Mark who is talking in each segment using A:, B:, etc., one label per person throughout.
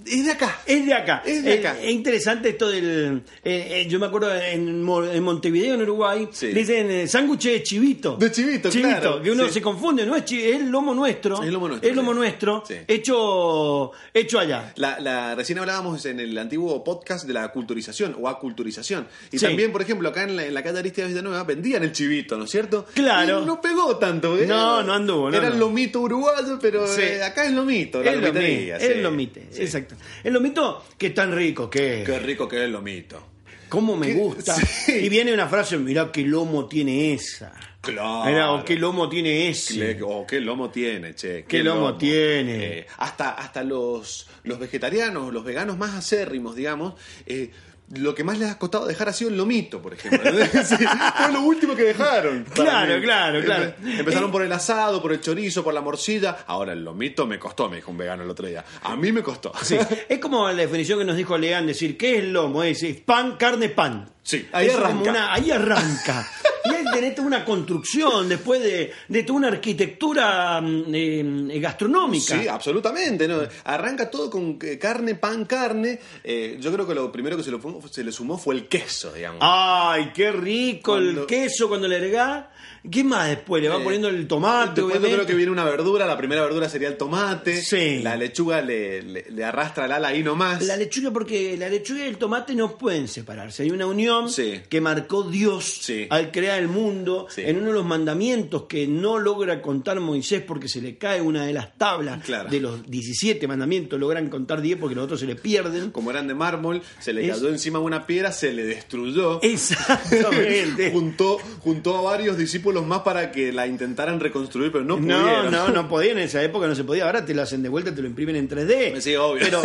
A: Es de acá.
B: Es de acá. Eh,
A: Es de acá.
B: Es, interesante esto del. eh, eh, yo me acuerdo en, Mo- en Montevideo, en Uruguay,
A: Sí.
B: le dicen eh, sándwich de chivito.
A: De chivito, claro.
B: Que uno
A: Sí.
B: se confunde, no es chi- es el lomo nuestro.
A: Es lomo nuestro,
B: Es lomo
A: sí.
B: nuestro,
A: Sí.
B: hecho, hecho allá.
A: La, la- recién hablábamos en el antiguo podcast de la culturización o aculturización. Y
B: Sí.
A: también, por ejemplo, acá en la, en la calle Aristia Villanueva vendían el chivito, ¿no es cierto?
B: Claro.
A: Y no pegó tanto, ¿eh?
B: No, no anduvo, no,
A: Era
B: no.
A: el lomito uruguayo, pero
B: Sí.
A: eh, acá es lomito. la
B: El lomito,
A: lomitería, sí.
B: el lomite,
A: Sí.
B: exacto. El lomito que tan rico que es.
A: Qué rico que es el lomito.
B: cómo me
A: qué-
B: gusta.
A: sí.
B: Y viene una frase, mirá qué lomo tiene esa.
A: Claro.
B: Mirá, o qué lomo tiene ese.
A: Le- oh, qué lomo tiene, che.
B: Qué lomo tiene.
A: Eh, hasta hasta los, los vegetarianos, los veganos más acérrimos, digamos, eh, lo que más les ha costado dejar ha sido el lomito, por ejemplo. Sí, fue lo último que dejaron. para
B: Claro,
A: mí.
B: claro, claro. Eh.
A: Empe- Empezaron por el asado, por el chorizo, por la morcilla. Ahora el lomito me costó, me dijo un vegano el otro día. A mí me costó.
B: Sí. Es como la definición que nos dijo Leán, decir, ¿qué es lomo? Es, es pan, carne, pan.
A: Sí, ahí
B: Es como
A: arranca.
B: una- ahí arranca. Y ahí tenés toda una construcción, después de, de toda una arquitectura mm, eh, gastronómica.
A: Sí, ah. absolutamente. ¿no? Arranca todo con eh, carne, pan, carne. Eh, yo creo que lo primero que se, lo fu- se le sumó fue el queso, digamos.
B: Ay, qué rico
A: Cuando-
B: el queso cuando le agregás. ¿Qué más después? Le va
A: Eh,
B: poniendo el tomate,
A: Después yo
B: obviamente.
A: creo que viene una verdura, la primera verdura sería el tomate.
B: Sí.
A: La lechuga le, le- le arrastra el ala ahí nomás.
B: La lechuga, porque la lechuga y el tomate no pueden separarse. Hay una unión
A: Sí.
B: que marcó Dios
A: Sí.
B: al crear el mundo
A: Sí.
B: en uno de los mandamientos que no logra contar Moisés porque se le cae una de las tablas
A: Claro.
B: de los 17 mandamientos. Logran contar 10 porque los otros se le pierden.
A: Como eran de mármol, se le
B: Es-
A: cayó encima una piedra, se le destruyó.
B: Exactamente.
A: juntó, juntó a varios discípulos más para que la intentaran reconstruir, pero no
B: No,
A: pudieron.
B: no, no podían en esa época, no se podía. Ahora te lo hacen de vuelta, te lo imprimen en 3D.
A: Sí, obvio.
B: Pero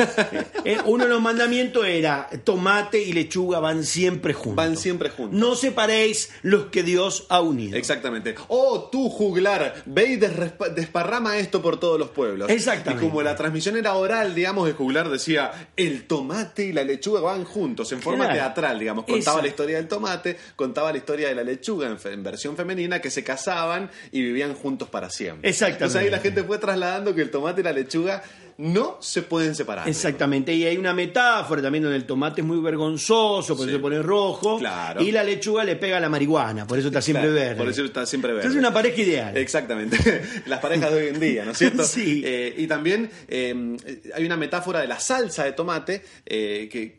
B: eh, uno de los mandamientos era tomate y lechuga van siempre juntos.
A: Van siempre juntos.
B: No separéis los que Dios ha unido.
A: Exactamente. Oh, tú juglar, ve y desrespa- desparrama esto por todos los pueblos.
B: Exactamente.
A: Y como la transmisión era oral, digamos, el juglar decía, el tomate y la lechuga van juntos, en forma
B: Claro.
A: teatral, digamos. Contaba
B: Esa.
A: la historia del tomate, contaba la historia de la lechuga en, fe- en versión femenina, que se casaban y vivían juntos para siempre.
B: Exactamente.
A: Entonces ahí la gente fue trasladando que el tomate y la lechuga no se pueden separar.
B: Exactamente, y hay una metáfora también donde el tomate es muy vergonzoso, por eso se pone rojo,
A: Claro.
B: y la lechuga le pega a la marihuana, por eso está siempre
A: Claro,
B: verde.
A: Por eso está siempre verde.
B: Es una pareja ideal.
A: Exactamente. Las parejas de hoy en día, ¿no es cierto?
B: Sí.
A: Eh, y también eh, hay una metáfora de la salsa de tomate eh, que,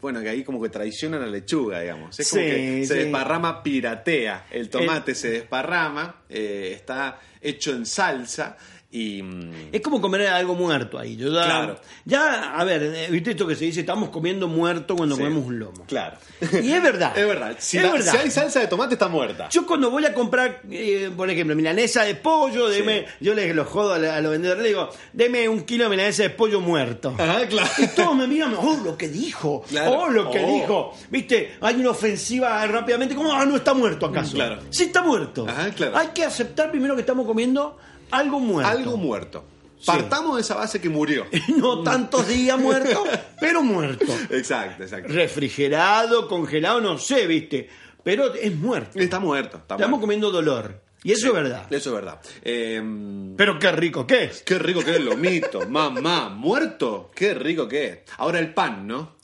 A: bueno, que ahí como que traiciona la lechuga, digamos. Es como
B: Sí,
A: que se
B: sí.
A: desparrama, piratea. El tomate se desparrama, eh, está hecho en salsa y... mm,
B: Es como comer algo muerto ahí. Yo ya,
A: Claro.
B: ya, a ver, eh, viste esto que se dice, estamos comiendo muerto cuando
A: sí.
B: comemos un lomo.
A: Claro.
B: Y es verdad.
A: Es verdad. Si,
B: es
A: la-
B: verdad.
A: si hay salsa de tomate, está muerta.
B: Yo cuando voy a comprar, eh, por ejemplo, milanesa de pollo, deme- yo les lo jodo a, la- a los vendedores, le digo, deme un kilo de milanesa de pollo muerto.
A: Ajá, claro.
B: Y todos me miran, oh, lo que dijo,
A: Claro.
B: oh, lo que
A: Oh.
B: dijo. Viste, hay una ofensiva rápidamente, como, ah, no está muerto acaso.
A: Claro.
B: Sí está muerto.
A: Ajá, claro.
B: Hay que aceptar primero que estamos comiendo algo muerto.
A: Algo muerto. Partamos de esa base que murió.
B: No tantos días muerto, pero muerto.
A: Exacto, exacto.
B: Refrigerado, congelado, no sé, viste, pero es muerto.
A: Está muerto. Está
B: Estamos
A: muerto.
B: comiendo dolor. Y Y eso es verdad.
A: Eso es verdad. Eh,
B: Pero qué rico que es.
A: qué rico que es el lomito, mamá. Muerto, qué rico que es. Ahora el pan, ¿no?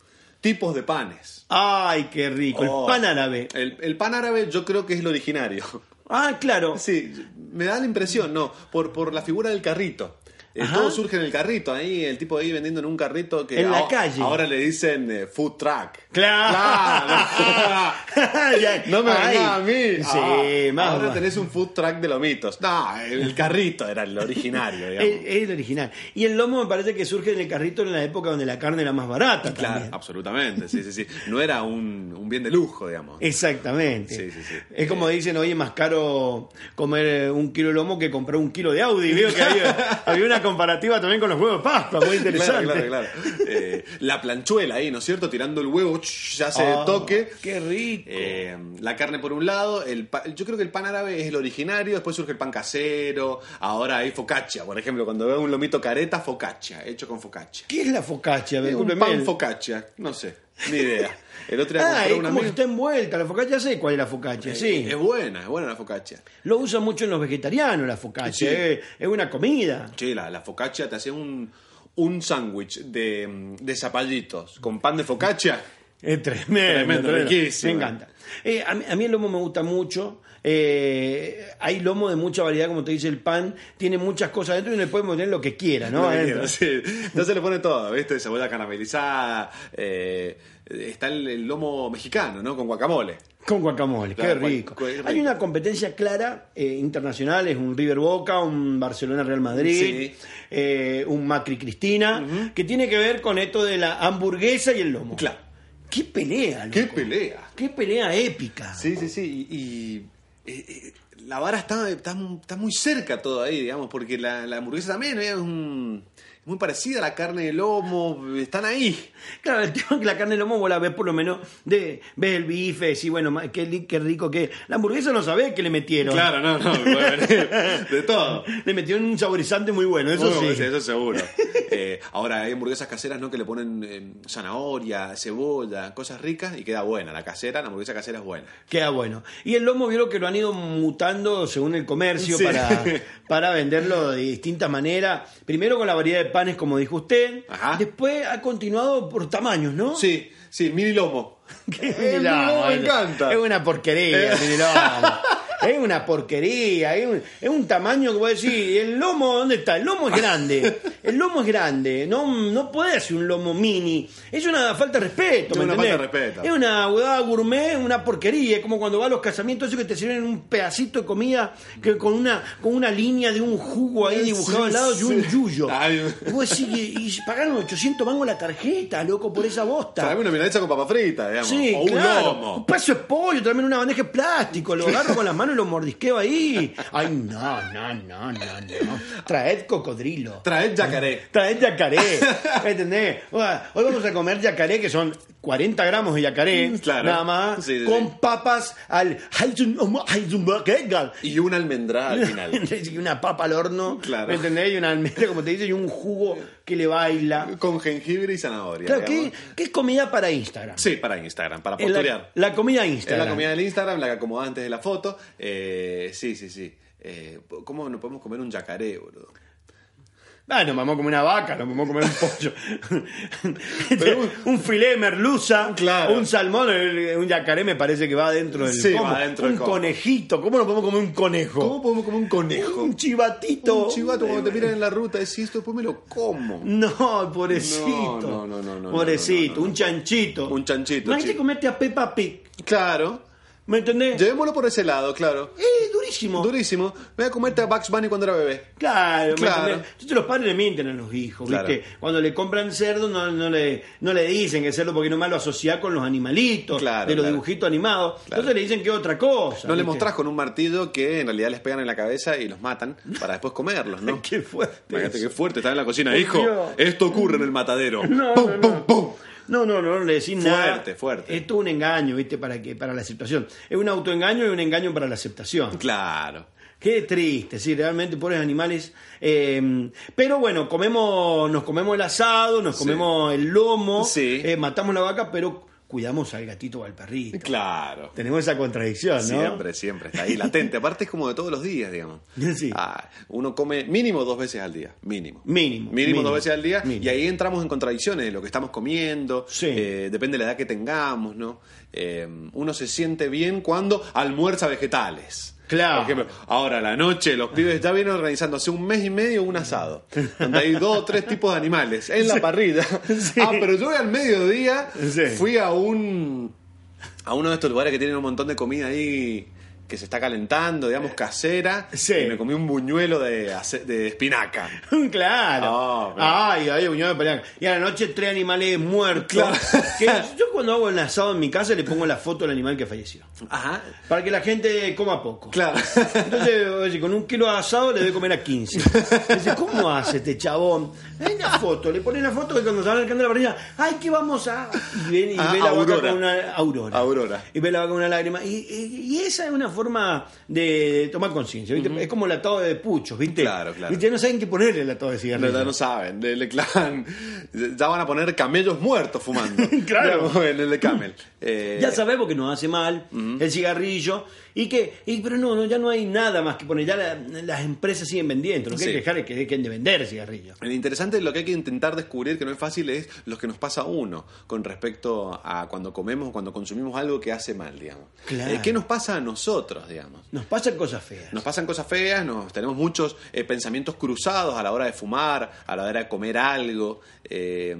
A: Tipos de panes.
B: Ay, qué rico.
A: Oh.
B: El pan árabe.
A: El, el pan árabe yo creo que es el originario.
B: Ah, claro.
A: Sí, me da la impresión, no, por, por la figura del carrito. Eh,
B: Ajá.
A: todo surge en el carrito, ahí el tipo ahí vendiendo en un carrito que
B: En la
A: aho-
B: calle.
A: ahora le dicen eh, food truck.
B: Claro. Ya-
A: No me
B: Ay.
A: vengas a mí.
B: Sí,
A: Ah,
B: más
A: Ahora
B: vale.
A: tenés un food truck de lomitos. No, el carrito era el originario, digamos.
B: Es, es el original. Y el lomo me parece que surge en el carrito en la época donde la carne era más barata.
A: Claro,
B: también.
A: absolutamente, sí, sí, sí. No era un, un bien de lujo, digamos.
B: Exactamente.
A: Sí, sí, sí.
B: Es como dicen, hoy es más caro comer eh, un kilo de lomo que comprar un kilo de Audi. Veo que había, había una comparativa también con los huevos de pasta, muy interesante.
A: Claro, claro, claro. Eh, la planchuela ahí, ¿no es cierto? Tirando el huevo, ch, ya se
B: Ah,
A: toque.
B: Qué rico.
A: Eh, la carne por un lado, el pa- yo creo que el pan árabe es el originario, después surge el pan casero, ahora hay focaccia, por ejemplo, cuando veo un lomito careta, focaccia, hecho con focaccia.
B: ¿Qué es la focaccia?
A: Eh, Un
B: Discúlpeme.
A: pan focaccia, no sé, ni idea. El otro día
B: Ah,
A: compré
B: es
A: una Eh,
B: como que
A: amiga-
B: está envuelta. La focaccia sé cuál es la focaccia, sí.
A: Es buena, es buena la focaccia.
B: Lo usan mucho en los vegetarianos la focaccia.
A: Sí.
B: eh, Es una comida.
A: Che, la, la focaccia te hace un, un sándwich de, mm, de zapallitos con pan de focaccia.
B: Es tremendo,
A: Tremendo,
B: tremendo.
A: riquísimo.
B: Me encanta. Eh, a, mí, a mí el lomo me gusta mucho. Eh, hay lomo de mucha variedad, como te dice el pan. Tiene muchas cosas dentro y uno le puede poner lo que quiera, ¿no?
A: No,
B: Adentro.
A: mentira, sí. Entonces le pone todo, ¿viste? Cebolla caramelizada, eh, está el, el lomo mexicano, ¿no? Con guacamole.
B: Con guacamole,
A: Claro,
B: qué
A: cual-
B: rico.
A: cual- rico.
B: Hay una competencia clara eh, internacional, es un River Boca, un Barcelona Real Madrid,
A: Sí.
B: eh, un Macri Cristina, que tiene que ver con esto de la hamburguesa y el lomo.
A: Claro.
B: Qué pelea,
A: ¡Qué
B: loco!
A: pelea!
B: Qué pelea épica.
A: Sí, sí, sí. Y, y, eh, eh, la vara está, está, está muy cerca todo ahí, digamos, porque la, la hamburguesa también ¿eh? es un- es muy parecida a la carne de lomo, están ahí.
B: Claro, el tema es que la carne de lomo vos la ves por lo menos, de, ves el bife, decís, bueno, ma- qué, li- qué rico que es. La hamburguesa no sabés qué le metieron.
A: no, no, de todo.
B: Le metieron un saborizante muy bueno, eso
A: Muy bueno,
B: sí.
A: eso seguro. Eh, ahora hay hamburguesas caseras, ¿no? Que le ponen eh, zanahoria, cebolla, cosas ricas y queda buena. La casera, la hamburguesa casera es buena.
B: Queda bueno. Y el lomo vieron que lo han ido mutando según el comercio
A: Sí.
B: para, para venderlo de distintas maneras. Primero con la variedad de panes, como dijo usted.
A: Ajá.
B: Después ha continuado por tamaños, ¿no?
A: Sí, sí, mini lomo.
B: Qué
A: El
B: lomo,
A: mini lomo me
B: es-
A: encanta. Eh.
B: Es una porquería, el mini lomo. Es una porquería, es un, es un tamaño que vos decís, el lomo, ¿dónde está? El lomo es grande, el lomo es grande, no, no puede ser un lomo mini, es una falta de respeto,
A: Es
B: ¿me
A: una
B: entendés?
A: falta de respeto.
B: Es una huevada gourmet, una porquería, es como cuando vas a los casamientos esos que te sirven un pedacito de comida que con una, con una línea de un jugo ahí
A: Sí,
B: dibujado al lado y
A: sí.
B: un yuyo.
A: Ay.
B: Y vos decís, y, y pagaron 800 mangos la tarjeta, loco, por esa bosta.
A: Traeme una milanesa con papa frita, digamos.
B: Sí,
A: o un
B: claro. Un
A: lomo.
B: pedazo de pollo, también una bandeja de plástico, lo agarro con las manos y lo mordisqueo ahí. Ay, no, no, no, no, no. Traed cocodrilo.
A: Traed yacaré.
B: Traed yacaré. ¿Me entendés? Ua, Hoy vamos a comer yacaré, que son 40 gramos de yacaré,
A: Mm, Claro.
B: nada más,
A: Sí, sí,
B: con
A: sí.
B: papas al Heisenberg.
A: Y una almendrada al final.
B: Y una papa al horno,
A: Claro.
B: ¿me entendés? Y una almendra, como te dice, y un jugo que le baila.
A: con jengibre y zanahoria.
B: Claro, ¿qué,
A: digamos.
B: qué es comida para Instagram?
A: Sí, para Instagram, para
B: Es
A: posturear.
B: la, la comida
A: Es
B: Instagram.
A: la comida del Instagram, la que acomodás antes de la foto. Eh, sí, sí, sí. Eh, ¿Cómo no podemos comer un yacaré, boludo?
B: Ah, nos vamos a comer una vaca, nos vamos a comer un pollo.
A: Pero un-
B: un filé de merluza,
A: Claro.
B: un salmón, el- un yacaré me parece que va dentro del
A: Sí,
B: combo.
A: va dentro
B: Un
A: del combo.
B: conejito, ¿cómo nos podemos comer un conejo?
A: ¿Cómo podemos comer un conejo?
B: Un chivatito.
A: Un chivato cuando te miran en la ruta decís, esto después me lo como.
B: No, pobrecito.
A: No, no, no, no, no,
B: Pobrecito,
A: no, no, no.
B: un chanchito.
A: Un chanchito,
B: Imagínate
A: sí.
B: comerte a Peppa Pig,
A: Claro.
B: ¿me entendés?
A: Llevémoslo por ese lado, claro.
B: Eh, durísimo.
A: Durísimo. Me voy a comerte a Bugs Bunny cuando era bebé.
B: Claro, ¿me
A: Claro.
B: entendés? Entonces los padres le mienten a los hijos,
A: Claro.
B: ¿viste? Cuando le compran cerdo no, no le, no le dicen que es cerdo porque nomás lo asocia con los animalitos,
A: Claro,
B: de los
A: claro.
B: dibujitos animados.
A: Claro.
B: Entonces le dicen que es otra cosa.
A: No le
B: ¿viste?
A: mostrás con un martillo que en realidad les pegan en la cabeza y los matan para después comerlos, ¿no?
B: Qué fuerte.
A: Imagínate
B: eso.
A: qué fuerte, está en la cocina,
B: Por
A: hijo.
B: Dios.
A: Esto ocurre en el matadero.
B: No,
A: ¡Pum,
B: no,
A: pum,
B: no.
A: pum!
B: No, no, no, no le decís nada.
A: Fuerte, fuerte.
B: Es todo un engaño, ¿viste? Para que para la aceptación. Es un autoengaño y un engaño para la aceptación.
A: Claro.
B: Qué triste, sí, realmente pobres animales. Eh, pero bueno, comemos, nos comemos el asado, nos comemos el lomo,
A: Sí.
B: eh, matamos la vaca, pero cuidamos al gatito o al perrito.
A: Claro.
B: Tenemos esa contradicción, ¿no?
A: Siempre, siempre está ahí latente. Aparte es como de todos los días, digamos.
B: Sí.
A: Ah, uno come mínimo dos veces al día, mínimo.
B: Mínimo,
A: Mínimo, dos veces al día.
B: mínimo.
A: Y ahí entramos en contradicciones de lo que estamos comiendo.
B: Sí.
A: eh, depende de la edad que tengamos, ¿no? Eh, uno se siente bien cuando almuerza vegetales.
B: Claro.
A: Por ejemplo, ahora a la noche los pibes ya vienen organizando hace un mes y medio un asado. Donde hay dos o tres tipos de animales en la parrilla. Ah, pero yo al mediodía
B: Sí.
A: fui a un a uno de estos lugares que tienen un montón de comida ahí que se está calentando, digamos, casera.
B: Sí.
A: Y me comí un buñuelo de, ace- de espinaca.
B: claro.
A: Ah, pero-
B: Ay, ay, unión de pelea. Y a la noche tres animales muertos.
A: Claro.
B: Que yo cuando hago el asado en mi casa le pongo la foto al animal que falleció.
A: Ajá.
B: Para que la gente coma poco.
A: Claro.
B: Entonces, oye, con un kilo de asado le doy comer a 15. Dice, ¿cómo hace este chabón? Hay una foto, le ponen la foto que cuando se van arrancando la parrilla, ¡ay, que vamos a! Y ven- y
A: Ah,
B: ve la vaca
A: Aurora.
B: con una aurora.
A: Aurora.
B: Y ve la vaca con una lágrima. Y, y- y esa es una forma de, de tomar conciencia. ¿viste? Es como el atado de puchos, ¿viste?
A: Claro, claro.
B: ¿Viste? No saben qué ponerle el atado de
A: En
B: cigarrillo.
A: verdad no saben, del clan. Ya van a poner camellos muertos fumando.
B: Claro.
A: Digamos, En el de camel. Eh,
B: Ya sabemos que nos hace mal el cigarrillo y que, y- pero no, no, ya no hay nada más que poner. Ya la- las empresas siguen vendiendo, lo que hay que
A: Sí.
B: dejar es que dejen de vender cigarrillos.
A: Lo interesante de lo que hay que intentar descubrir, que no es fácil, es lo que nos pasa a uno con respecto a cuando comemos o cuando consumimos algo que hace mal, digamos.
B: Claro.
A: Eh, ¿Qué nos pasa a nosotros, digamos?
B: Nos pasan cosas feas.
A: Nos pasan cosas feas, nos tenemos muchos eh, pensamientos cruzados a la hora de fumar, a la hora de comer algo, eh,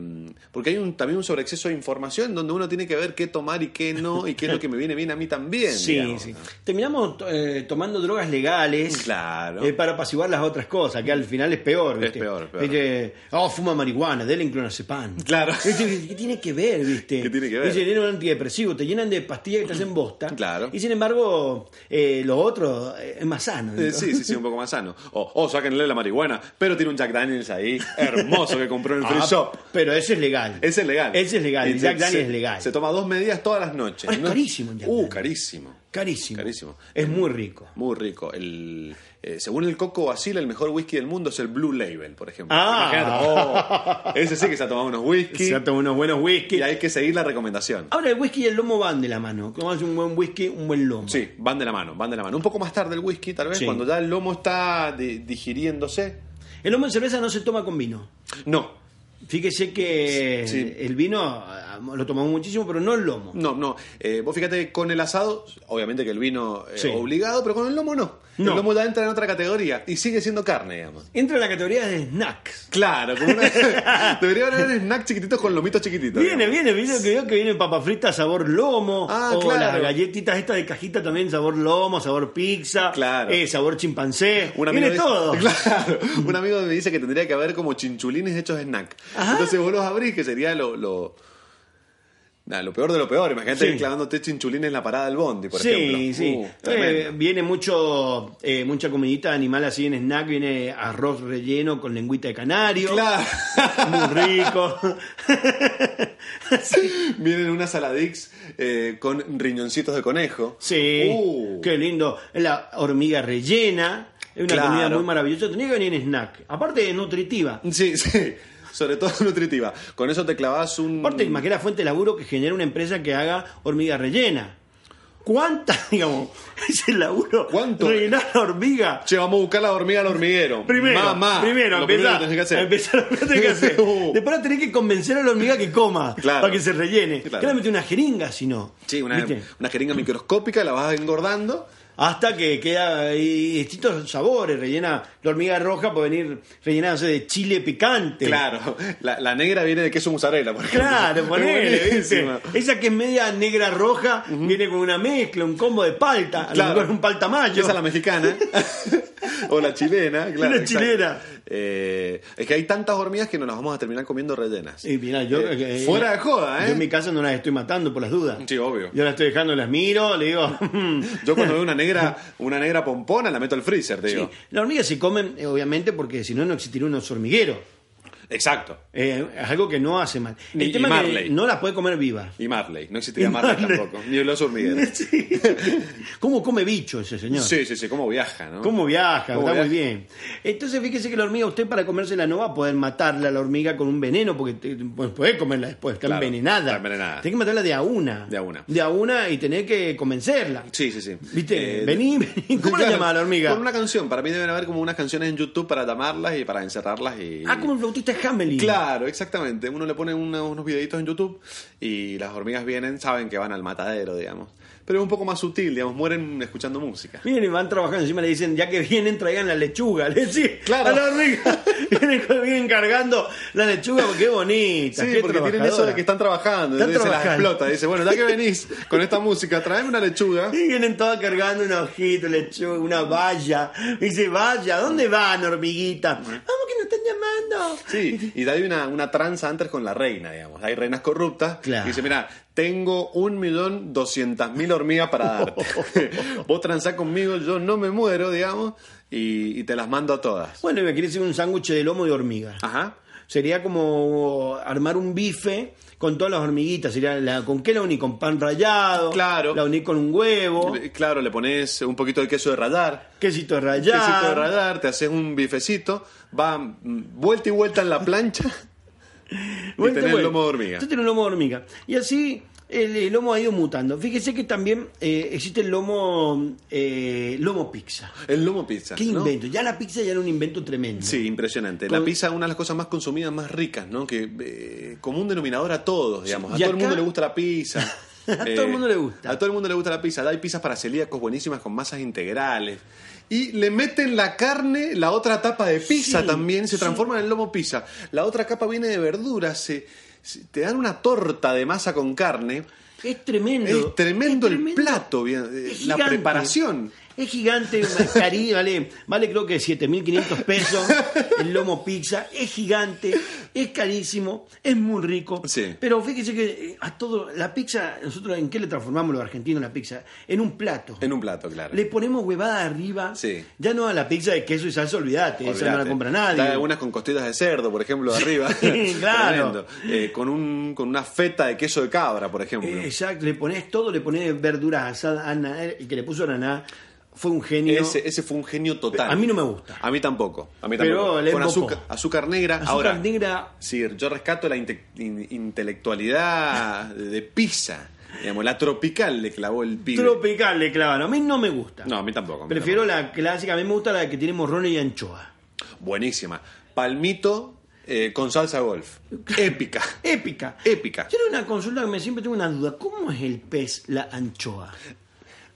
A: porque hay un, también un sobreexceso de información donde uno tiene que ver qué tomar y qué no, y qué es lo que me viene bien a mí también.
B: Sí,
A: digamos,
B: sí.
A: ¿no?
B: Terminamos eh, tomando drogas legales.
A: Claro.
B: eh, para apaciguar las otras cosas, que al final es peor,
A: Es
B: ¿viste?
A: peor, peor.
B: Viste, Oh, fuma marihuana, dele en clonazepam.
A: Claro.
B: Viste, ¿Qué tiene que ver, viste?
A: ¿Qué tiene que ver?
B: Dicen, "Era un antidepresivo, te llenan de pastillas que te hacen bosta.
A: Claro.
B: Y sin embargo, eh, lo otro eh, es más sano.
A: Eh,
B: ¿no?
A: Sí, sí, sí, un poco más sano. O, o sáquenle la marihuana, pero tiene un Jack Daniels ahí, hermoso, que compró en el free
B: Ah,
A: shop.
B: Pero ese es legal.
A: Ese es legal.
B: Ese es legal. El
A: Y
B: Jack
A: se-
B: Daniels
A: se-
B: es legal.
A: Se toma dos medidas todas las noches.
B: Ahora es carísimo el Jack
A: Uh,
B: Daniels.
A: carísimo.
B: Carísimo.
A: Carísimo.
B: Es muy rico.
A: Muy rico. El, eh, según el Coco Basile, el mejor whisky del mundo es el Blue Label, por ejemplo.
B: Ah.
A: Imagínate, oh, ese sí que se ha tomado unos whisky.
B: Se ha tomado unos buenos whisky.
A: Y hay que seguir la recomendación.
B: Ahora el whisky y el lomo van de la mano. Como hace un buen whisky, un buen lomo.
A: Sí, van de la mano, van de la mano. Un poco más tarde el whisky, tal vez,
B: Sí.
A: cuando ya el lomo está di- digiriéndose.
B: El lomo en cerveza no se toma con vino.
A: No,
B: Fíjese que
A: Sí.
B: el vino ah, lo tomamos muchísimo, pero no el lomo.
A: No, no. Eh, vos fíjate, con el asado, obviamente que el vino es
B: Sí.
A: obligado, pero con el lomo no.
B: No.
A: El lomo ya entra en otra categoría y sigue siendo carne, digamos.
B: Entra en la categoría de snacks.
A: Claro, como una- debería haber snacks chiquititos con lomitos chiquititos.
B: Viene,
A: digamos.
B: viene, viene, que veo que viene papa frita sabor lomo,
A: Ah,
B: o
A: claro.
B: las galletitas estas de cajita también sabor lomo, sabor pizza,
A: Claro.
B: eh, sabor chimpancé,
A: Un amigo
B: viene
A: dice-
B: todo.
A: Claro. Un amigo me dice que tendría que haber como chinchulines hechos snack. Entonces vos los abrís, que sería lo. lo... nada, lo peor de lo peor, imagínate
B: Sí.
A: clavándote chinchulines en la parada del bondi, por
B: sí,
A: ejemplo.
B: sí.
A: Uh,
B: Eh,
A: tremendo.
B: viene mucho, eh, mucha comidita de animal así en snack, viene arroz relleno con lengüita de canario.
A: Claro.
B: Muy rico.
A: Vienen unas saladix eh, con riñoncitos de conejo.
B: Sí,
A: Uh.
B: qué lindo. La hormiga rellena, es una
A: Claro.
B: comida muy maravillosa. Tenía que venir en snack. Aparte es nutritiva.
A: Sí, sí. Sobre todo nutritiva. Con eso te clavas un.
B: Aparte, más que la fuente de laburo que genera una empresa que haga hormiga rellena. ¿Cuánta, digamos, ese laburo?
A: ¿Cuánto?
B: Rellenar la hormiga.
A: Che, vamos a buscar la hormiga al hormiguero.
B: Primero,
A: Mamá.
B: primero,
A: Lo primero
B: empezá,
A: que tenés que hacer.
B: empezá lo primero que tenés que hacer.
A: Uh.
B: Después tenés que convencer a la hormiga que coma
A: Claro.
B: para que se rellene.
A: Claro.
B: Claramente una jeringa, si no.
A: Sí, una,
B: ¿Viste?
A: una jeringa microscópica, la vas engordando.
B: Hasta que queda ahí distintos sabores. Rellena la hormiga roja puede venir rellena no sé, de chile picante.
A: Claro. La, la negra viene de queso mozzarella, por ejemplo.
B: Claro,
A: Es
B: ponele, ¿viste?
A: buenísima.
B: Esa que es media negra roja, viene con una mezcla, un combo de palta, a lo
A: Claro.
B: mejor un palta mayo.
A: Esa es la mexicana. o la chilena, claro.
B: La
A: exacto.
B: chilena.
A: Eh, es que hay tantas hormigas que nos las vamos a terminar comiendo rellenas.
B: Y mirá, yo,
A: Eh,
B: eh,
A: fuera de joda,
B: Yo
A: ¿eh?
B: en mi casa no las estoy matando por las dudas.
A: Sí, obvio.
B: Yo las estoy dejando, las miro, le digo.
A: Yo cuando veo una negra, una negra pompona, la meto al freezer, te
B: Sí,
A: digo.
B: Las hormigas se comen, eh, obviamente, porque si no, no existiría unos hormigueros.
A: Exacto.
B: Eh, es algo que no hace mal. El
A: Y- y
B: tema es que
A: Marley.
B: no la puede comer viva.
A: Y Marley, no existía
B: Y
A: Marley,
B: Marley.
A: tampoco, ni el oso hormiguero.
B: Sí. ¿Cómo come bicho ese señor?
A: Sí, sí, sí, cómo viaja, ¿no?
B: ¿Cómo viaja?
A: ¿Cómo
B: está
A: viaja?
B: muy bien. Entonces fíjese que la hormiga, usted para comérsela no va a poder matarla, la hormiga, con un veneno, porque te- pues, puede comerla después, está,
A: Claro,
B: envenenada.
A: está envenenada.
B: Tiene que matarla de a una.
A: De a una.
B: De a una y tener que convencerla.
A: Sí, sí, sí.
B: ¿Viste?
A: Eh,
B: vení, vení. ¿Cómo la
A: claro,
B: llamaba la hormiga?
A: Con una canción. Para mí deben haber como unas canciones en YouTube para llamarlas y para encerrarlas. Y...
B: Ah, como el flautista de Hamelin.
A: Claro, exactamente. Uno le pone una- unos videitos en YouTube y las hormigas vienen, saben que van al matadero, digamos. Pero es un poco más sutil, digamos, mueren escuchando música.
B: Miren, y van trabajando encima, le dicen, ya que vienen, traigan la lechuga. Le decís,
A: Claro.
B: a la hormiga. vienen, vienen cargando la lechuga, porque qué bonita.
A: Sí,
B: qué
A: porque tienen eso de
B: trabajadora.
A: que están trabajando,
B: Están
A: entonces se las
B: trabajando.
A: explota. Dice, bueno, ya que venís con esta música, traeme una lechuga.
B: Y vienen todas cargando una hojita, lechuga, una valla. Y dice, vaya, ¿dónde van, hormiguita? Vamos que nos están llamando.
A: Sí, y hay una, una tranza antes con la reina, digamos. Hay reinas corruptas.
B: Claro.
A: Y dice, mira, tengo un millón doscientas mil hormigas para darte. Vos transás conmigo, yo no me muero, digamos, y, y te las mando a todas.
B: Bueno, y me quería hacer un sándwich de lomo de hormiga.
A: Ajá.
B: Sería como armar un bife con todas las hormiguitas. Sería la- ¿Con qué la uní? Con pan rallado.
A: Claro.
B: La uní con un huevo.
A: Le- Eh, Claro, le pones un poquito de queso de rallar.
B: Quesito rallado.
A: Quesito de rallar, te haces un bifecito, va mm, vuelta y vuelta en la plancha.
B: Vuelta,
A: tenés
B: vuelta.
A: lomo de hormiga.
B: Entonces tenés un lomo de hormiga. Y así el, el lomo ha ido mutando. Fíjese que también eh, existe el lomo, eh, lomo pizza.
A: El lomo pizza.
B: ¿Qué
A: ¿no?
B: invento? Ya la pizza ya era un invento tremendo.
A: Sí, impresionante.
B: Con-
A: La pizza es una de las cosas más consumidas, más ricas, ¿no? Que eh, como un denominador a todos, digamos. A
B: y
A: todo el
B: acá-
A: mundo le gusta la pizza. Eh,
B: A todo el mundo le gusta.
A: A todo el mundo le gusta la pizza. Hay pizzas para celíacos buenísimas con masas integrales. Y le meten la carne, la otra tapa de pizza
B: Sí,
A: también, se
B: sí.
A: transforma en lomo pizza. La otra capa viene de verduras, se- se- te dan una torta de masa con carne.
B: Es tremendo.
A: Es tremendo
B: Es
A: el plato, bien, eh,
B: Es
A: la
B: gigante.
A: preparación.
B: Es gigante, cari, vale, vale creo que 7.500 pesos el lomo pizza. Es gigante, es carísimo, es muy rico.
A: Sí.
B: Pero fíjese que eh, a todo, la pizza, nosotros en qué le transformamos los argentinos la pizza? En un plato.
A: En un plato, claro.
B: Le ponemos huevada arriba.
A: Sí.
B: Ya no a la pizza de queso y salsa, olvídate, esa no la
A: Olvídate.
B: compra nadie.
A: Está algunas con costillas de cerdo, por ejemplo, de arriba.
B: Sí, claro.
A: Tremendo. Eh, con, un, con una feta de queso de cabra, por ejemplo.
B: Eh, Exacto, le pones todo, le pones verduras asadas, ananá, el que le puso ananá fue un genio.
A: ese, ese fue un genio total.
B: A mí no me gusta.
A: A mí tampoco. A mí
B: Pero
A: tampoco.
B: le
A: con
B: embocó.
A: azúcar, azúcar negra.
B: Azúcar
A: Ahora,
B: negra,
A: sí, yo rescato la inte- in- intelectualidad de pizza. Digamos, la tropical le clavó el pibe.
B: tropical le clavan. A mí no me gusta.
A: no, a mí tampoco. a mí
B: Prefiero la clásica, a mí me gusta la que tiene morrones y anchoa.
A: tampoco. Buenísima. Palmito eh, con salsa golf. Épica.
B: Épica.
A: Épica.
B: Yo era una consulta que me siempre tengo una duda. ¿Cómo es el pez la anchoa?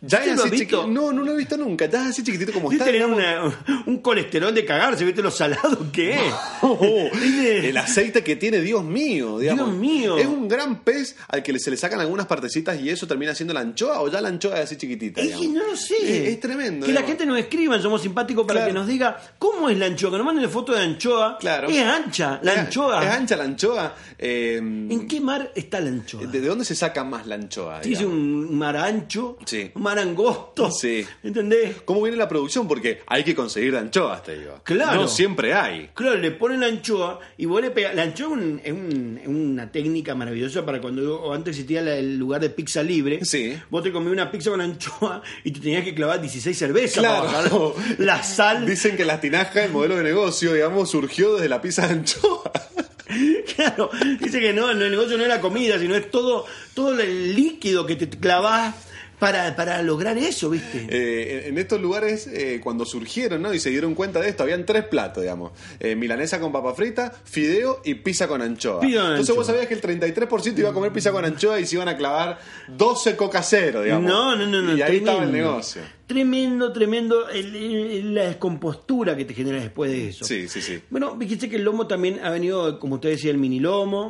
A: Ya
B: ¿Usted
A: es
B: ¿Este lo
A: así
B: ha visto?
A: chiqui- No, no lo he visto nunca. Ya es así chiquitito como
B: Debe
A: está.
B: tener una- un colesterol de cagarse, viste lo salado que es.
A: Oh,
B: Dice-
A: el aceite que tiene, Dios mío, digamos.
B: Dios mío.
A: Es un gran pez al que se le sacan algunas partecitas y eso termina siendo la anchoa o ya la anchoa es así chiquitita.
B: Es que
A: digamos.
B: no lo sé.
A: Es, es tremendo.
B: Que la
A: digamos.
B: gente nos escriba, en somos simpáticos para
A: Claro.
B: que nos diga cómo es la anchoa. Que nos manden foto de anchoa.
A: Claro.
B: Es ancha la
A: Es-
B: anchoa.
A: Es ancha la anchoa. eh,
B: ¿En qué mar está la anchoa?
A: ¿De de dónde se saca más la anchoa?
B: Dice
A: digamos?
B: un mar ancho,
A: Sí.
B: un mar angosto.
A: Sí.
B: ¿Entendés?
A: ¿Cómo viene la producción? Porque hay que conseguir anchoas, te digo.
B: Claro.
A: No siempre hay.
B: Claro, le ponen la anchoa y vos le pegas. La anchoa es, un- es un- es una técnica maravillosa para cuando o antes existía la- el lugar de pizza libre.
A: Sí.
B: Vos te comías una pizza con anchoa y te tenías que clavar 16 cervezas.
A: Claro.
B: para bajar La sal.
A: Dicen que la tinaja, el modelo de negocio, digamos, surgió desde la pizza de anchoa.
B: Claro, dice que no, el negocio no es la comida, sino es todo, todo el líquido que te clavás para, para lograr eso, ¿viste?
A: Eh, en en estos lugares, eh, cuando surgieron ¿no? y se dieron cuenta de esto, habían tres platos, digamos. Eh, milanesa con papa frita, fideo y pizza con anchoa.
B: Pizza con
A: Entonces vos
B: anchoa.
A: sabías que el 33% iba a comer pizza con anchoa y se iban a clavar 12 coca cero, digamos.
B: No, no, no, no.
A: Y ahí
B: tremendo.
A: estaba el negocio.
B: Tremendo, tremendo el- el- la descompostura que te genera después de eso.
A: Sí, sí, sí.
B: Bueno, dijiste que el lomo también ha venido, como usted decía, el mini lomo,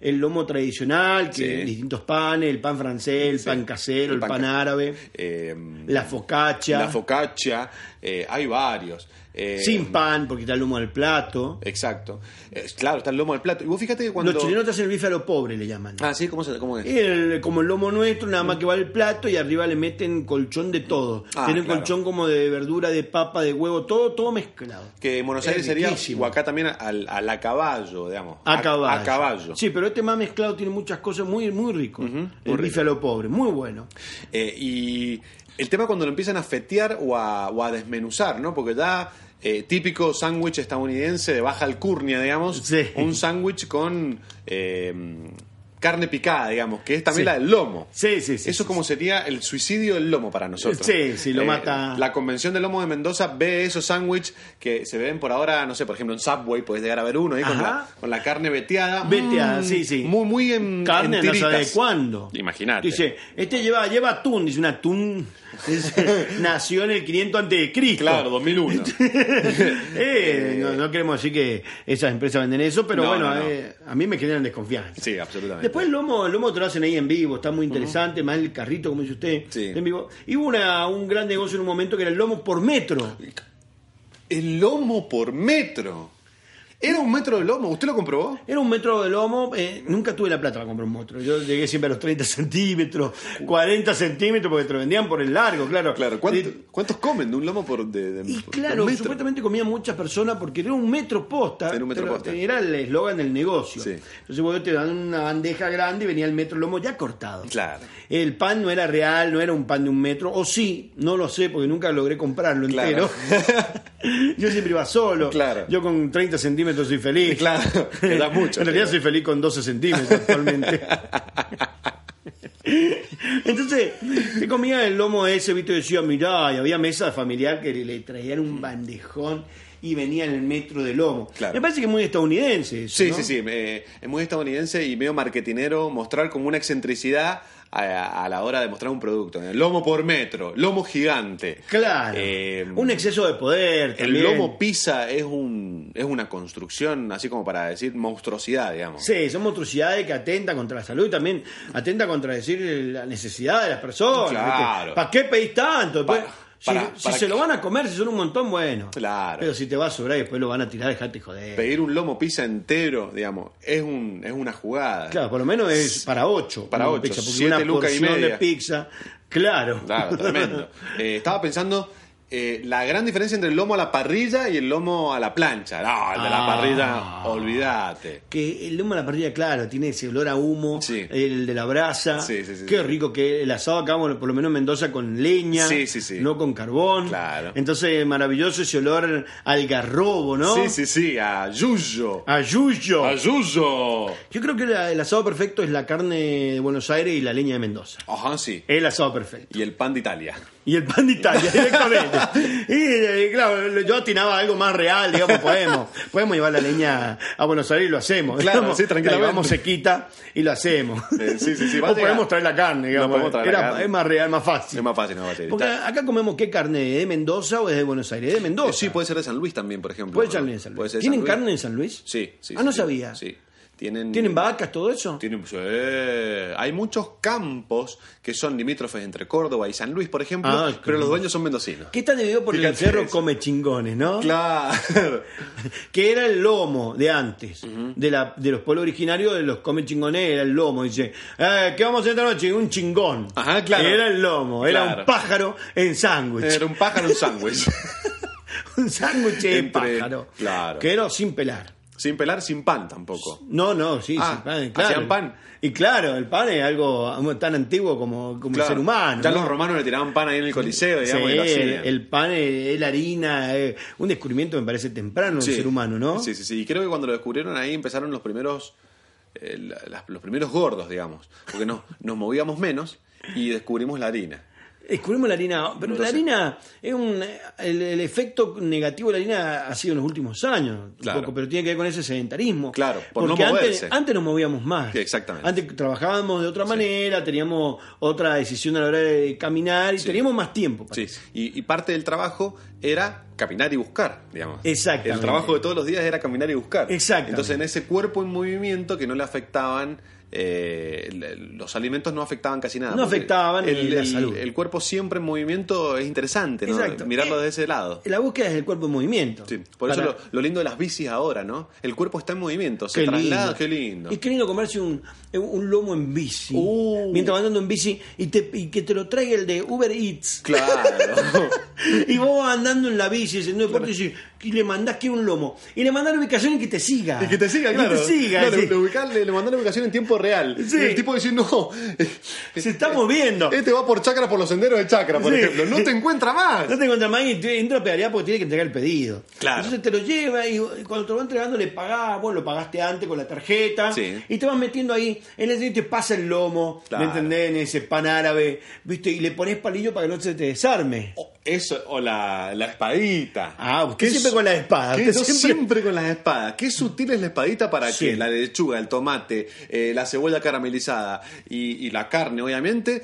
B: el lomo tradicional, que
A: Sí.
B: distintos panes, el pan francés, el pan casero,
A: El
B: el pan,
A: pan ca-
B: árabe,
A: Eh,
B: la focacha.
A: la focaccia, Eh, hay varios. Eh,
B: Sin pan, porque está el humo al plato.
A: Exacto. Eh, claro, está el lomo del plato. Y vos fíjate que cuando.
B: Los chilenos Eh, te hacen el bife a lo pobre, le llaman.
A: Ah, sí, ¿cómo, se, cómo es?
B: El- como el lomo nuestro, nada más que va el plato y arriba le meten colchón de todo.
A: Ah,
B: Tienen
A: claro.
B: colchón como de verdura, de papa, de huevo, todo, todo mezclado.
A: Que en Buenos
B: Es
A: Aires sería,
B: riquísimo.
A: o acá también, al, al a caballo, digamos.
B: A, caballo.
A: A caballo.
B: Sí, pero este más mezclado tiene muchas cosas muy, muy ricos. el
A: rico.
B: bife a lo pobre, muy bueno.
A: Eh, y el tema cuando lo empiezan a fetear o a, o a desmenuzar, ¿no? Porque ya eh, típico sándwich estadounidense de baja alcurnia, digamos,
B: Sí.
A: un sándwich con eh, carne picada, digamos, que es también
B: Sí.
A: la del lomo.
B: Sí, sí, sí.
A: Eso
B: sí,
A: como sería el suicidio del lomo para nosotros. Eh,
B: Sí, sí, lo mata.
A: La convención del lomo de Mendoza ve esos sándwiches que se ven por ahora, no sé, por ejemplo en Subway puedes llegar a ver uno ahí con
B: Ajá.
A: la, con la carne veteada.
B: Veteada,
A: Mm,
B: sí, sí.
A: Muy, muy en
B: Carne
A: en
B: no sabe
A: tiritas.
B: de cuándo.
A: Imagínate.
B: Dice, este lleva, lleva atún, dice un atún. Dice, Nació en el 500 antes de Cristo.
A: Claro, 2001.
B: Eh, no, no queremos decir que esas empresas venden eso, pero
A: No, no,
B: bueno,
A: no.
B: eh, a mí me generan desconfianza.
A: Sí, absolutamente.
B: Después el lomo, el lomo te lo hacen ahí en vivo, está muy interesante, más el carrito, como dice usted,
A: Sí.
B: en vivo. Y hubo una, un gran negocio en un momento que era el lomo por metro.
A: El lomo por metro. Era un metro de lomo, ¿usted lo comprobó?
B: Era un metro de lomo, eh, nunca tuve la plata para comprar un metro. Yo llegué siempre a los 30 centímetros, 40 centímetros, porque te lo vendían por el largo, claro.
A: Claro, ¿cuánto-
B: Eh,
A: ¿cuántos comen de un lomo por, de, de-
B: Y
A: por-
B: claro,
A: por metro?
B: supuestamente comían muchas personas porque era un metro posta.
A: Era un metro
B: pero
A: posta.
B: Era el eslogan del negocio.
A: Sí.
B: Entonces vos te dan una bandeja grande y venía el metro lomo ya cortado.
A: Claro.
B: El pan no era real, no era un pan de un metro. O sí, no lo sé porque nunca logré comprarlo
A: Claro.
B: entero. yo siempre iba solo.
A: Claro.
B: Yo con 30 centímetros soy feliz.
A: Claro, que da mucho.
B: en realidad soy feliz con 12 centímetros actualmente. Entonces, te comía el lomo ese, viste, y decía, mirá, y había mesa familiar que le traían un bandejón y venía en el metro de lomo.
A: Claro.
B: Me parece que es muy estadounidense. eso,
A: Sí,
B: ¿no?
A: sí, sí. eh, es muy estadounidense y medio marketinero mostrar como una excentricidad a, a la hora de mostrar un producto. ¿eh? Lomo por metro, lomo gigante.
B: Claro.
A: Eh,
B: un exceso de poder.
A: El
B: también.
A: lomo pizza es, un, es una construcción, así como para decir monstruosidad, digamos.
B: Sí, son monstruosidades que atentan contra la salud y también atenta contra decir la necesidad de las personas.
A: Claro.
B: ¿Para qué pedís tanto? Después,
A: Para-
B: si
A: para-
B: si
A: para
B: se
A: qué-
B: lo van a comer, si son un montón, bueno.
A: Claro.
B: Pero si te va a sobrar y después lo van a tirar, dejate joder.
A: Pedir un lomo pizza entero, digamos, es, un, es una jugada.
B: Claro, por lo menos es para ocho.
A: Para
B: una
A: ocho,
B: pizza, porque
A: siete
B: una
A: lucas y
B: porción de
A: media.
B: pizza. Claro.
A: Claro, tremendo. Eh, estaba pensando eh, la gran diferencia entre el lomo a la parrilla y el lomo a la plancha. No, el de la
B: Ah.
A: parrilla, olvídate.
B: Que el lomo a la parrilla, claro, tiene ese olor a humo,
A: Sí.
B: el de la brasa.
A: Sí, sí, sí,
B: Qué
A: sí.
B: rico que el asado acabamos, por lo menos en Mendoza, con leña,
A: Sí, sí, sí.
B: no con carbón.
A: Claro.
B: Entonces, maravilloso ese olor al garrobo, ¿no? Ah.
A: Sí, sí, sí, a Yuyo.
B: A yuyo.
A: A Yuyo.
B: Yo creo que la- el asado perfecto es la carne de Buenos Aires y la leña de Mendoza.
A: Ajá, sí.
B: El asado perfecto.
A: Y el pan de Italia.
B: Y el pan de Italia, directamente. y eh, claro, yo atinaba a algo más real, digamos, podemos. Podemos llevar la leña a Buenos Aires y lo hacemos.
A: Claro,
B: digamos.
A: sí, tranquilamente.
B: La llevamos sequita y lo hacemos.
A: Eh, sí, sí, sí, va a
B: o
A: llegar.
B: podemos traer la carne, digamos.
A: No, podemos traer la
B: Era-
A: carne.
B: Es más real, más fácil.
A: Es más fácil, no va a ser.
B: Porque
A: Está- Eh,
B: acá comemos qué carne, ¿de Mendoza o es de Buenos Aires? De Mendoza.
A: Sí, puede ser de San Luis también, por ejemplo.
B: Puede ser de San Luis.
A: Puede ser de
B: ¿Tienen
A: San Luis.
B: carne en San Luis?
A: Sí, sí.
B: Ah,
A: sí,
B: no
A: sí.
B: sabía.
A: Sí. Tienen,
B: ¿Tienen vacas, todo eso?
A: Tienen- sí. Hay muchos campos que son limítrofes entre Córdoba y San Luis, por ejemplo,
B: Ah,
A: pero
B: claro.
A: los dueños son mendocinos.
B: ¿Qué está dividido por el
A: Fíjate
B: cerro
A: eso.
B: come chingones, no?
A: Claro.
B: que era el lomo de antes, de, la, de los pueblos originarios, de los come chingones, era el lomo. Dice, "Eh, ¿qué vamos a hacer esta noche? Un chingón.
A: Ajá, claro.
B: Era el lomo, era
A: Claro.
B: un pájaro en sándwich.
A: Era un pájaro un sándwich.
B: un sándwich de
A: Entre-
B: pájaro.
A: claro.
B: Que era sin pelar.
A: sin pelar, sin pan tampoco.
B: No, no, sí,
A: Ah,
B: sin pan, claro.
A: hacían pan.
B: Y claro, el pan es algo tan antiguo como, como
A: Claro.
B: el ser humano.
A: Ya
B: ¿no?
A: los romanos le tiraban pan ahí en el Coliseo,
B: Sí,
A: digamos, y lo hacían.
B: el, el pan es la harina, eh, un descubrimiento me parece temprano del
A: Sí.
B: ser humano, ¿no?
A: Sí, sí, sí. Y creo que cuando lo descubrieron ahí empezaron los primeros, eh, la- las- los primeros gordos, digamos. Porque nos, nos movíamos menos y descubrimos la harina.
B: Descubrimos la harina, pero la
A: Entonces-
B: harina es un el, el efecto negativo de la harina ha sido en los últimos años,
A: Claro.
B: un poco, pero tiene que ver con ese sedentarismo.
A: Claro, por no
B: porque antes,
A: moverse.
B: antes nos movíamos más.
A: Sí, exactamente.
B: Antes trabajábamos de otra manera, teníamos otra decisión a la hora de caminar y teníamos más tiempo. para
A: Sí.
B: eso.
A: Y, y parte del trabajo era caminar y buscar, digamos.
B: Exactamente.
A: El trabajo de todos los días era caminar y buscar.
B: Exactamente.
A: Entonces en ese cuerpo en movimiento que no le afectaban eh, l- los alimentos no afectaban casi nada.
B: No
A: porque
B: afectaban
A: el,
B: la
A: el-
B: salud.
A: el cuerpo siempre en movimiento es interesante, ¿no?
B: Exacto.
A: Mirarlo
B: Eh,
A: desde ese lado.
B: La búsqueda es el cuerpo en movimiento.
A: Sí, Por eso
B: Para-
A: lo, lo lindo de las bicis ahora, ¿no? El cuerpo está en movimiento, se
B: Qué
A: traslada,
B: lindo.
A: qué lindo.
B: Y qué lindo comerse un, un lomo en bici.
A: Uh.
B: Mientras andando en bici y, te- y que te lo traiga el de Uber Eats.
A: Claro.
B: y vos vas andando en la bici haciendo deporte y, y le mandás que un lomo. Y le mandás la ubicación y que te siga.
A: Y que te siga,
B: Y
A: claro.
B: te siga,
A: No, le-
B: sí.
A: le, ubicar- le- le mandó la ubicación en tiempo real.
B: Sí.
A: Y el tipo dice, no.
B: Se está moviendo.
A: Este va por chacra, por los senderos de chacra, por
B: Sí.
A: ejemplo. No te encuentra más.
B: No te encuentras más y te entra a pedalear porque tiene que entregar el pedido.
A: Claro.
B: Entonces te lo lleva y y cuando te lo va entregando le pagás, vos lo pagaste antes con la tarjeta
A: Sí.
B: y te vas metiendo ahí, en el te pasa el lomo,
A: Claro.
B: ¿me entendés? En ese pan árabe, ¿viste? Y le pones palillo para que no se te desarme.
A: O Oh, Eso, o la, la espadita.
B: Ah, usted
A: Qué
B: siempre
A: su-
B: con la espada,
A: qué-
B: usted
A: yo
B: siempre-
A: siempre... con las espadas. Qué sutil es la espadita para
B: Sí.
A: que la lechuga, el tomate, eh, la cebolla caramelizada y, y la carne, obviamente,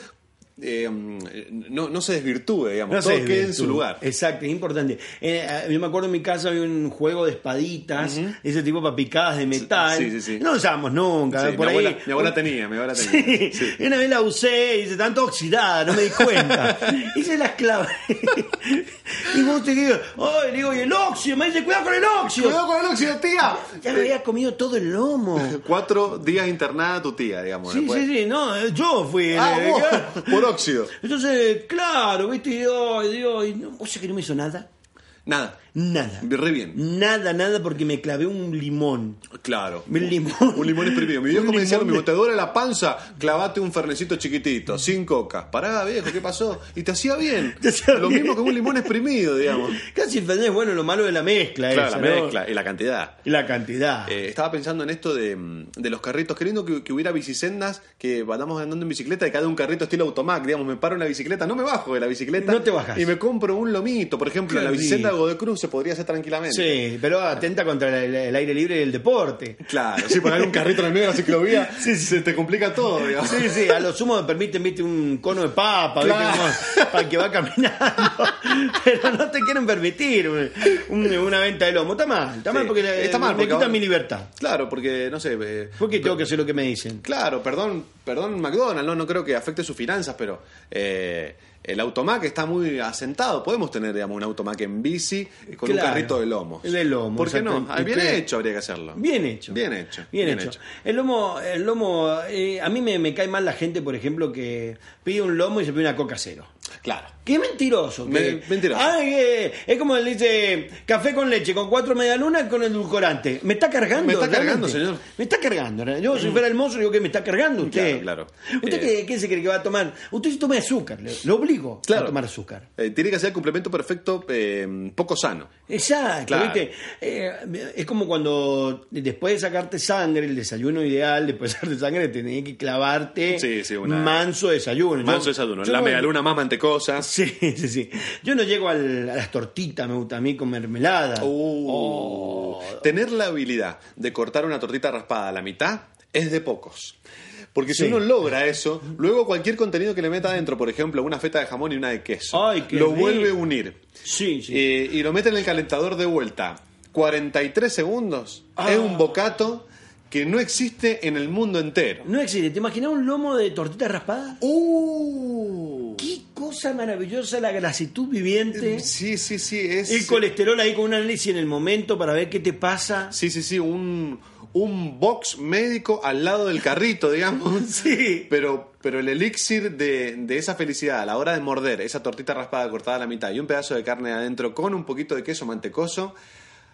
A: eh, no, no se desvirtúe, digamos.
B: No
A: Todo
B: sé,
A: quede en
B: tú.
A: su lugar.
B: Exacto, es importante. Eh, eh, yo me acuerdo en mi casa había un juego de espaditas, ese tipo para picadas de metal.
A: Sí, sí, sí.
B: No lo usábamos nunca.
A: Sí,
B: por
A: mi,
B: ahí-
A: abuela, mi abuela tenía, mi abuela tenía.
B: Sí.
A: Sí.
B: Y Una vez la usé y dice, tanto oxidada, no me di cuenta. y se las clavé. y vos te digo, ay, le digo, y el óxido, me dice, cuidado con el óxido.
A: Cuidado con el óxido, tía.
B: Ya me había comido todo el lomo.
A: Cuatro días internada tu tía, digamos.
B: Sí,
A: después.
B: sí, sí, no, eh, yo fui. el-
A: pues. Ah,
B: eh,
A: vos,
B: claro.
A: por óxido.
B: Entonces, claro, viste, y yo, y yo, y no, vos sabés que no me hizo nada,
A: Nada,
B: nada.
A: re bien.
B: Nada, nada, porque me clavé un limón.
A: Claro.
B: Un limón.
A: Un limón exprimido. Mi viejo
B: Un
A: me decía lo
B: limón
A: mismo, te duele la panza, clavate un fernecito chiquitito, sin coca. Pará, viejo, ¿qué pasó? Y te hacía bien.
B: Te hacía
A: lo
B: bien.
A: mismo que un limón exprimido, digamos.
B: de- Casi Fernández, bueno, lo malo de la mezcla.
A: Claro,
B: esa,
A: la
B: ¿no?
A: mezcla y la cantidad.
B: Y la cantidad.
A: Eh, estaba pensando en esto de, mm, de los carritos. Qué lindo que, que hubiera bicisendas que andamos andando en bicicleta y cada un carrito estilo automac. Digamos, me paro en la bicicleta, no me bajo de la bicicleta.
B: No te bajas.
A: Y me compro un lomito. Por ejemplo,
B: Qué
A: en la bicicleta de
B: rico.
A: Godoy Cruz se podría hacer tranquilamente.
B: Sí, pero atenta contra el, el aire libre y el deporte.
A: Claro, sí, poner un carrito en el medio de la ciclovía
B: Sí, sí.
A: se te complica todo, digamos.
B: Sí, sí, a lo sumo me permiten, viste, un cono de papa,
A: Claro.
B: viste, como para el que va caminando. Pero no te quieren permitir un- un- una venta de lomo. Está mal, está
A: Sí,
B: mal porque la-
A: está mal,
B: me
A: porque
B: quitan
A: ahora-
B: mi libertad.
A: Claro, porque, no sé, eh,
B: Porque tengo que hacer lo que me dicen.
A: claro, perdón, perdón McDonald's, no, no creo que afecte sus finanzas, pero eh, el automac está muy asentado. Podemos tener, digamos, un automac en bici eh, con un
B: Claro.
A: carrito de lomos.
B: De lomos,
A: ¿Por qué no?
B: exacto.
A: Ah, Bien
B: Y que-
A: hecho habría que hacerlo.
B: Bien hecho.
A: Bien hecho.
B: Bien,
A: bien
B: hecho.
A: hecho.
B: El lomo, el lomo eh, a mí me, me cae mal la gente, por ejemplo, que pide un lomo y se pide una coca cero.
A: Claro.
B: Qué mentiroso.
A: Me-
B: que-
A: mentiroso.
B: Ay, eh, es como él dice, café con leche, con cuatro medialunas y con edulcorante. Me está cargando.
A: Me está
B: realmente.
A: cargando, señor. Mm.
B: Me está cargando. ¿no? Yo si fuera el mozo digo que me está cargando usted.
A: Claro, claro. Eh,
B: ¿Usted qué, qué se cree que va a tomar? Usted se toma azúcar, le- lo obligo
A: Claro.
B: a tomar azúcar.
A: Eh, tiene que ser el complemento perfecto, eh, poco sano.
B: Exacto,
A: Claro.
B: ¿viste? Eh, es como cuando después de sacarte sangre, el desayuno ideal, después de sacarte sangre, tenés que clavarte
A: Sí, sí, una-
B: manso desayuno. Yo-
A: Manso desayuno.
B: yo
A: La
B: no-
A: medialuna más mantecosa.
B: Sí, sí, sí. Yo no llego al- a las tortitas, me gusta a mí con mermelada.
A: Oh. Tener la habilidad de cortar una tortita raspada a la mitad es de pocos. Porque si
B: Sí.
A: uno logra eso, luego cualquier contenido que le meta adentro, por ejemplo, una feta de jamón y una de queso,
B: Ay, qué
A: lo
B: rico.
A: vuelve a unir
B: Sí, sí.
A: eh, y lo mete en el calentador de vuelta. 43 segundos
B: Ah.
A: es un bocato que no existe en el mundo entero.
B: No existe. ¿Te imaginas un lomo de tortita raspada?
A: Uh.
B: Qué cosa maravillosa la grasitud viviente.
A: Eh, Sí, sí, sí. Es,
B: El colesterol ahí con un análisis en el momento para ver qué te pasa.
A: sí, sí, sí. Un, un box médico al lado del carrito, digamos.
B: Sí.
A: Pero, pero el elixir de, de esa felicidad a la hora de morder esa tortita raspada cortada a la mitad y un pedazo de carne adentro con un poquito de queso mantecoso,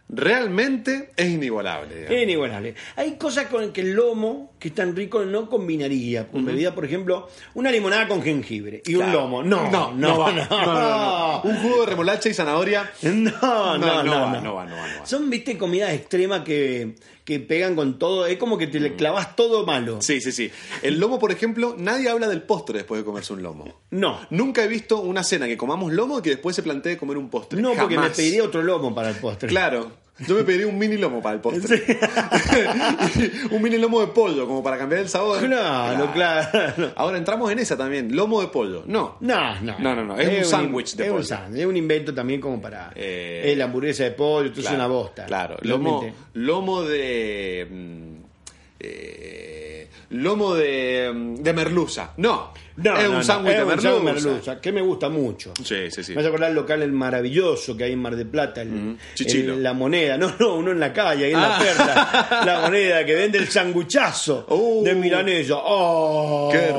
A: realmente es inigualable. digamos.
B: Es inigualable. Hay cosas con que el lomo, que es tan rico, no combinaría. Por medida, por ejemplo, una limonada con jengibre y un
A: Claro.
B: lomo. No, no,
A: va.
B: no.
A: No, no, no. Un jugo de remolacha y zanahoria.
B: No,
A: No, no va,
B: no, no,
A: no va, no va, no va.
B: Son, viste, comidas extremas que, que pegan con todo. Es como que te le clavas todo malo.
A: Mm. Sí, sí, sí. El lomo, por ejemplo, nadie habla del postre después de comerse un lomo.
B: No.
A: Nunca he visto una cena que comamos lomo y que después se plantee comer un postre.
B: No, porque me
A: Jamás.
B: pediría otro lomo para el postre.
A: Claro. Yo me pediría un mini lomo para el postre. un mini lomo de pollo, como para cambiar el sabor.
B: Claro, claro.
A: Ahora entramos en esa también, lomo de pollo. No.
B: No, no.
A: No, no, no, es un sándwich de
B: es
A: pollo.
B: Un sándwich, es un invento también como para.
A: Eh,
B: eh, la hamburguesa de pollo, esto es una bosta.
A: Claro, lomo,
B: Realmente.
A: lomo de. mm, eh, lomo de, mm, de merluza. No,
B: No,
A: es
B: no, no,
A: un sándwich
B: es
A: de
B: un sándwich
A: merluza.
B: que me gusta mucho.
A: Sí, sí, sí.
B: Me vas a acordar el local el maravilloso que hay en Mar de Plata, el-
A: Chichilo. Ah.
B: el- la moneda, no, no, uno en la calle, ahí en la perla, la moneda que vende el sanguchazo
A: Uh.
B: de milanesa. ¡Oh!
A: ¡Qué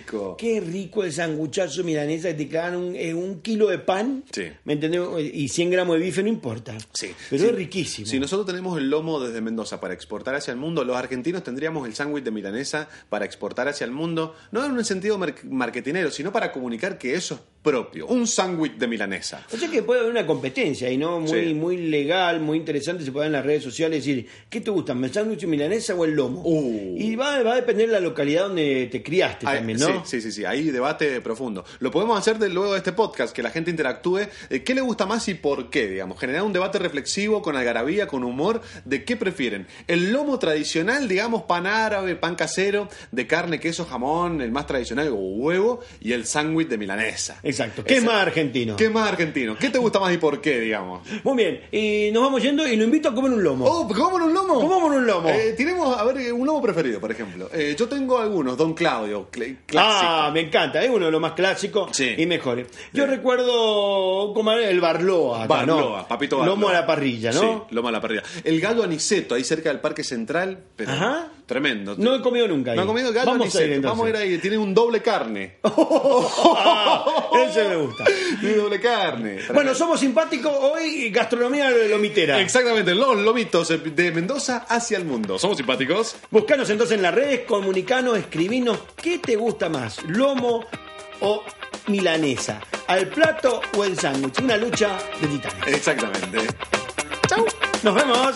A: rico!
B: Qué rico el sanguchazo milanesa que te cagan un, eh, un kilo de pan,
A: Sí.
B: ¿me entendés? Y 100 gramos de bife, no importa.
A: Sí,
B: Pero
A: sí.
B: es riquísimo.
A: Si nosotros tenemos el lomo desde Mendoza para exportar hacia el mundo, los argentinos tendríamos el sándwich de milanesa para exportar hacia el mundo, no en un sentido mar- marketinero, sino para comunicar que eso es propio, un sándwich de milanesa.
B: O sea que puede haber una competencia y no muy
A: Sí.
B: muy legal, muy interesante, se puede ver en las redes sociales decir, ¿qué te gusta, el sándwich milanesa o el lomo?
A: Uh.
B: Y va, va a depender de la localidad donde te criaste
A: Ay,
B: también, ¿no?
A: Sí, sí, sí, sí, ahí debate profundo. Lo podemos hacer de, luego de este podcast, que la gente interactúe, eh, qué le gusta más y por qué, digamos, generar un debate reflexivo con algarabía, con humor, de qué prefieren. El lomo tradicional, digamos, pan árabe, pan casero, de carne, queso, jamón, el más tradicional, o huevo, y el sándwich de milanesa.
B: Exacto. ¿Qué
A: Esa-
B: más argentino?
A: ¿Qué más argentino? ¿Qué te gusta más y por qué, digamos?
B: Muy bien, y nos vamos yendo y lo invito a comer un lomo.
A: Oh, ¿comamos un lomo?
B: Comamos un lomo.
A: Eh, tiremos, a ver, eh, un lomo preferido, por ejemplo. Eh, yo tengo algunos, Don Claudio, cl- clásico.
B: Ah, me encanta, es uno de los más clásicos
A: Sí.
B: y mejores. Yo recuerdo comer el Barloa. acá, ¿no?
A: Barloa, papito Barloa.
B: Lomo a la parrilla, ¿no?
A: Sí, lomo a la parrilla. El gallo aniceto, ahí cerca del Parque Central, pero
B: Ajá.
A: tremendo.
B: No he comido nunca ahí.
A: No he comido gallo
B: Vamos a
A: aniceto.
B: ir, entonces.
A: Vamos a ir ahí, tiene un doble carne.
B: Ah, ese me gusta.
A: Tiene doble carne.
B: Bueno, somos simpáticos hoy, gastronomía lomitera.
A: Exactamente, los lomitos de Mendoza hacia el mundo. Somos simpáticos.
B: Buscanos entonces en las redes, comunicanos, escribinos qué te gusta más, lomo o milanesa, al plato o el sándwich, una lucha de titanes.
A: Exactamente.
B: Chau, nos vemos.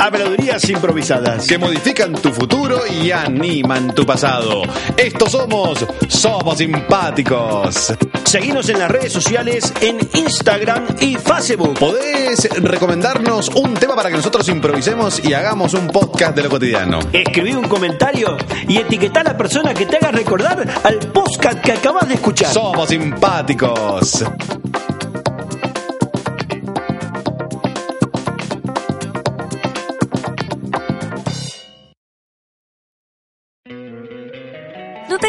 B: Habladurías improvisadas.
A: que modifican tu futuro y animan tu pasado. Estos somos Somos Simpáticos.
B: Seguinos en las redes sociales, en Instagram y Facebook.
A: Podés recomendarnos un tema para que nosotros improvisemos y hagamos un podcast de lo cotidiano.
B: Escribí un comentario y etiquetá a la persona que te haga recordar al podcast que acabas de escuchar.
A: Somos Simpáticos.
C: ¿No te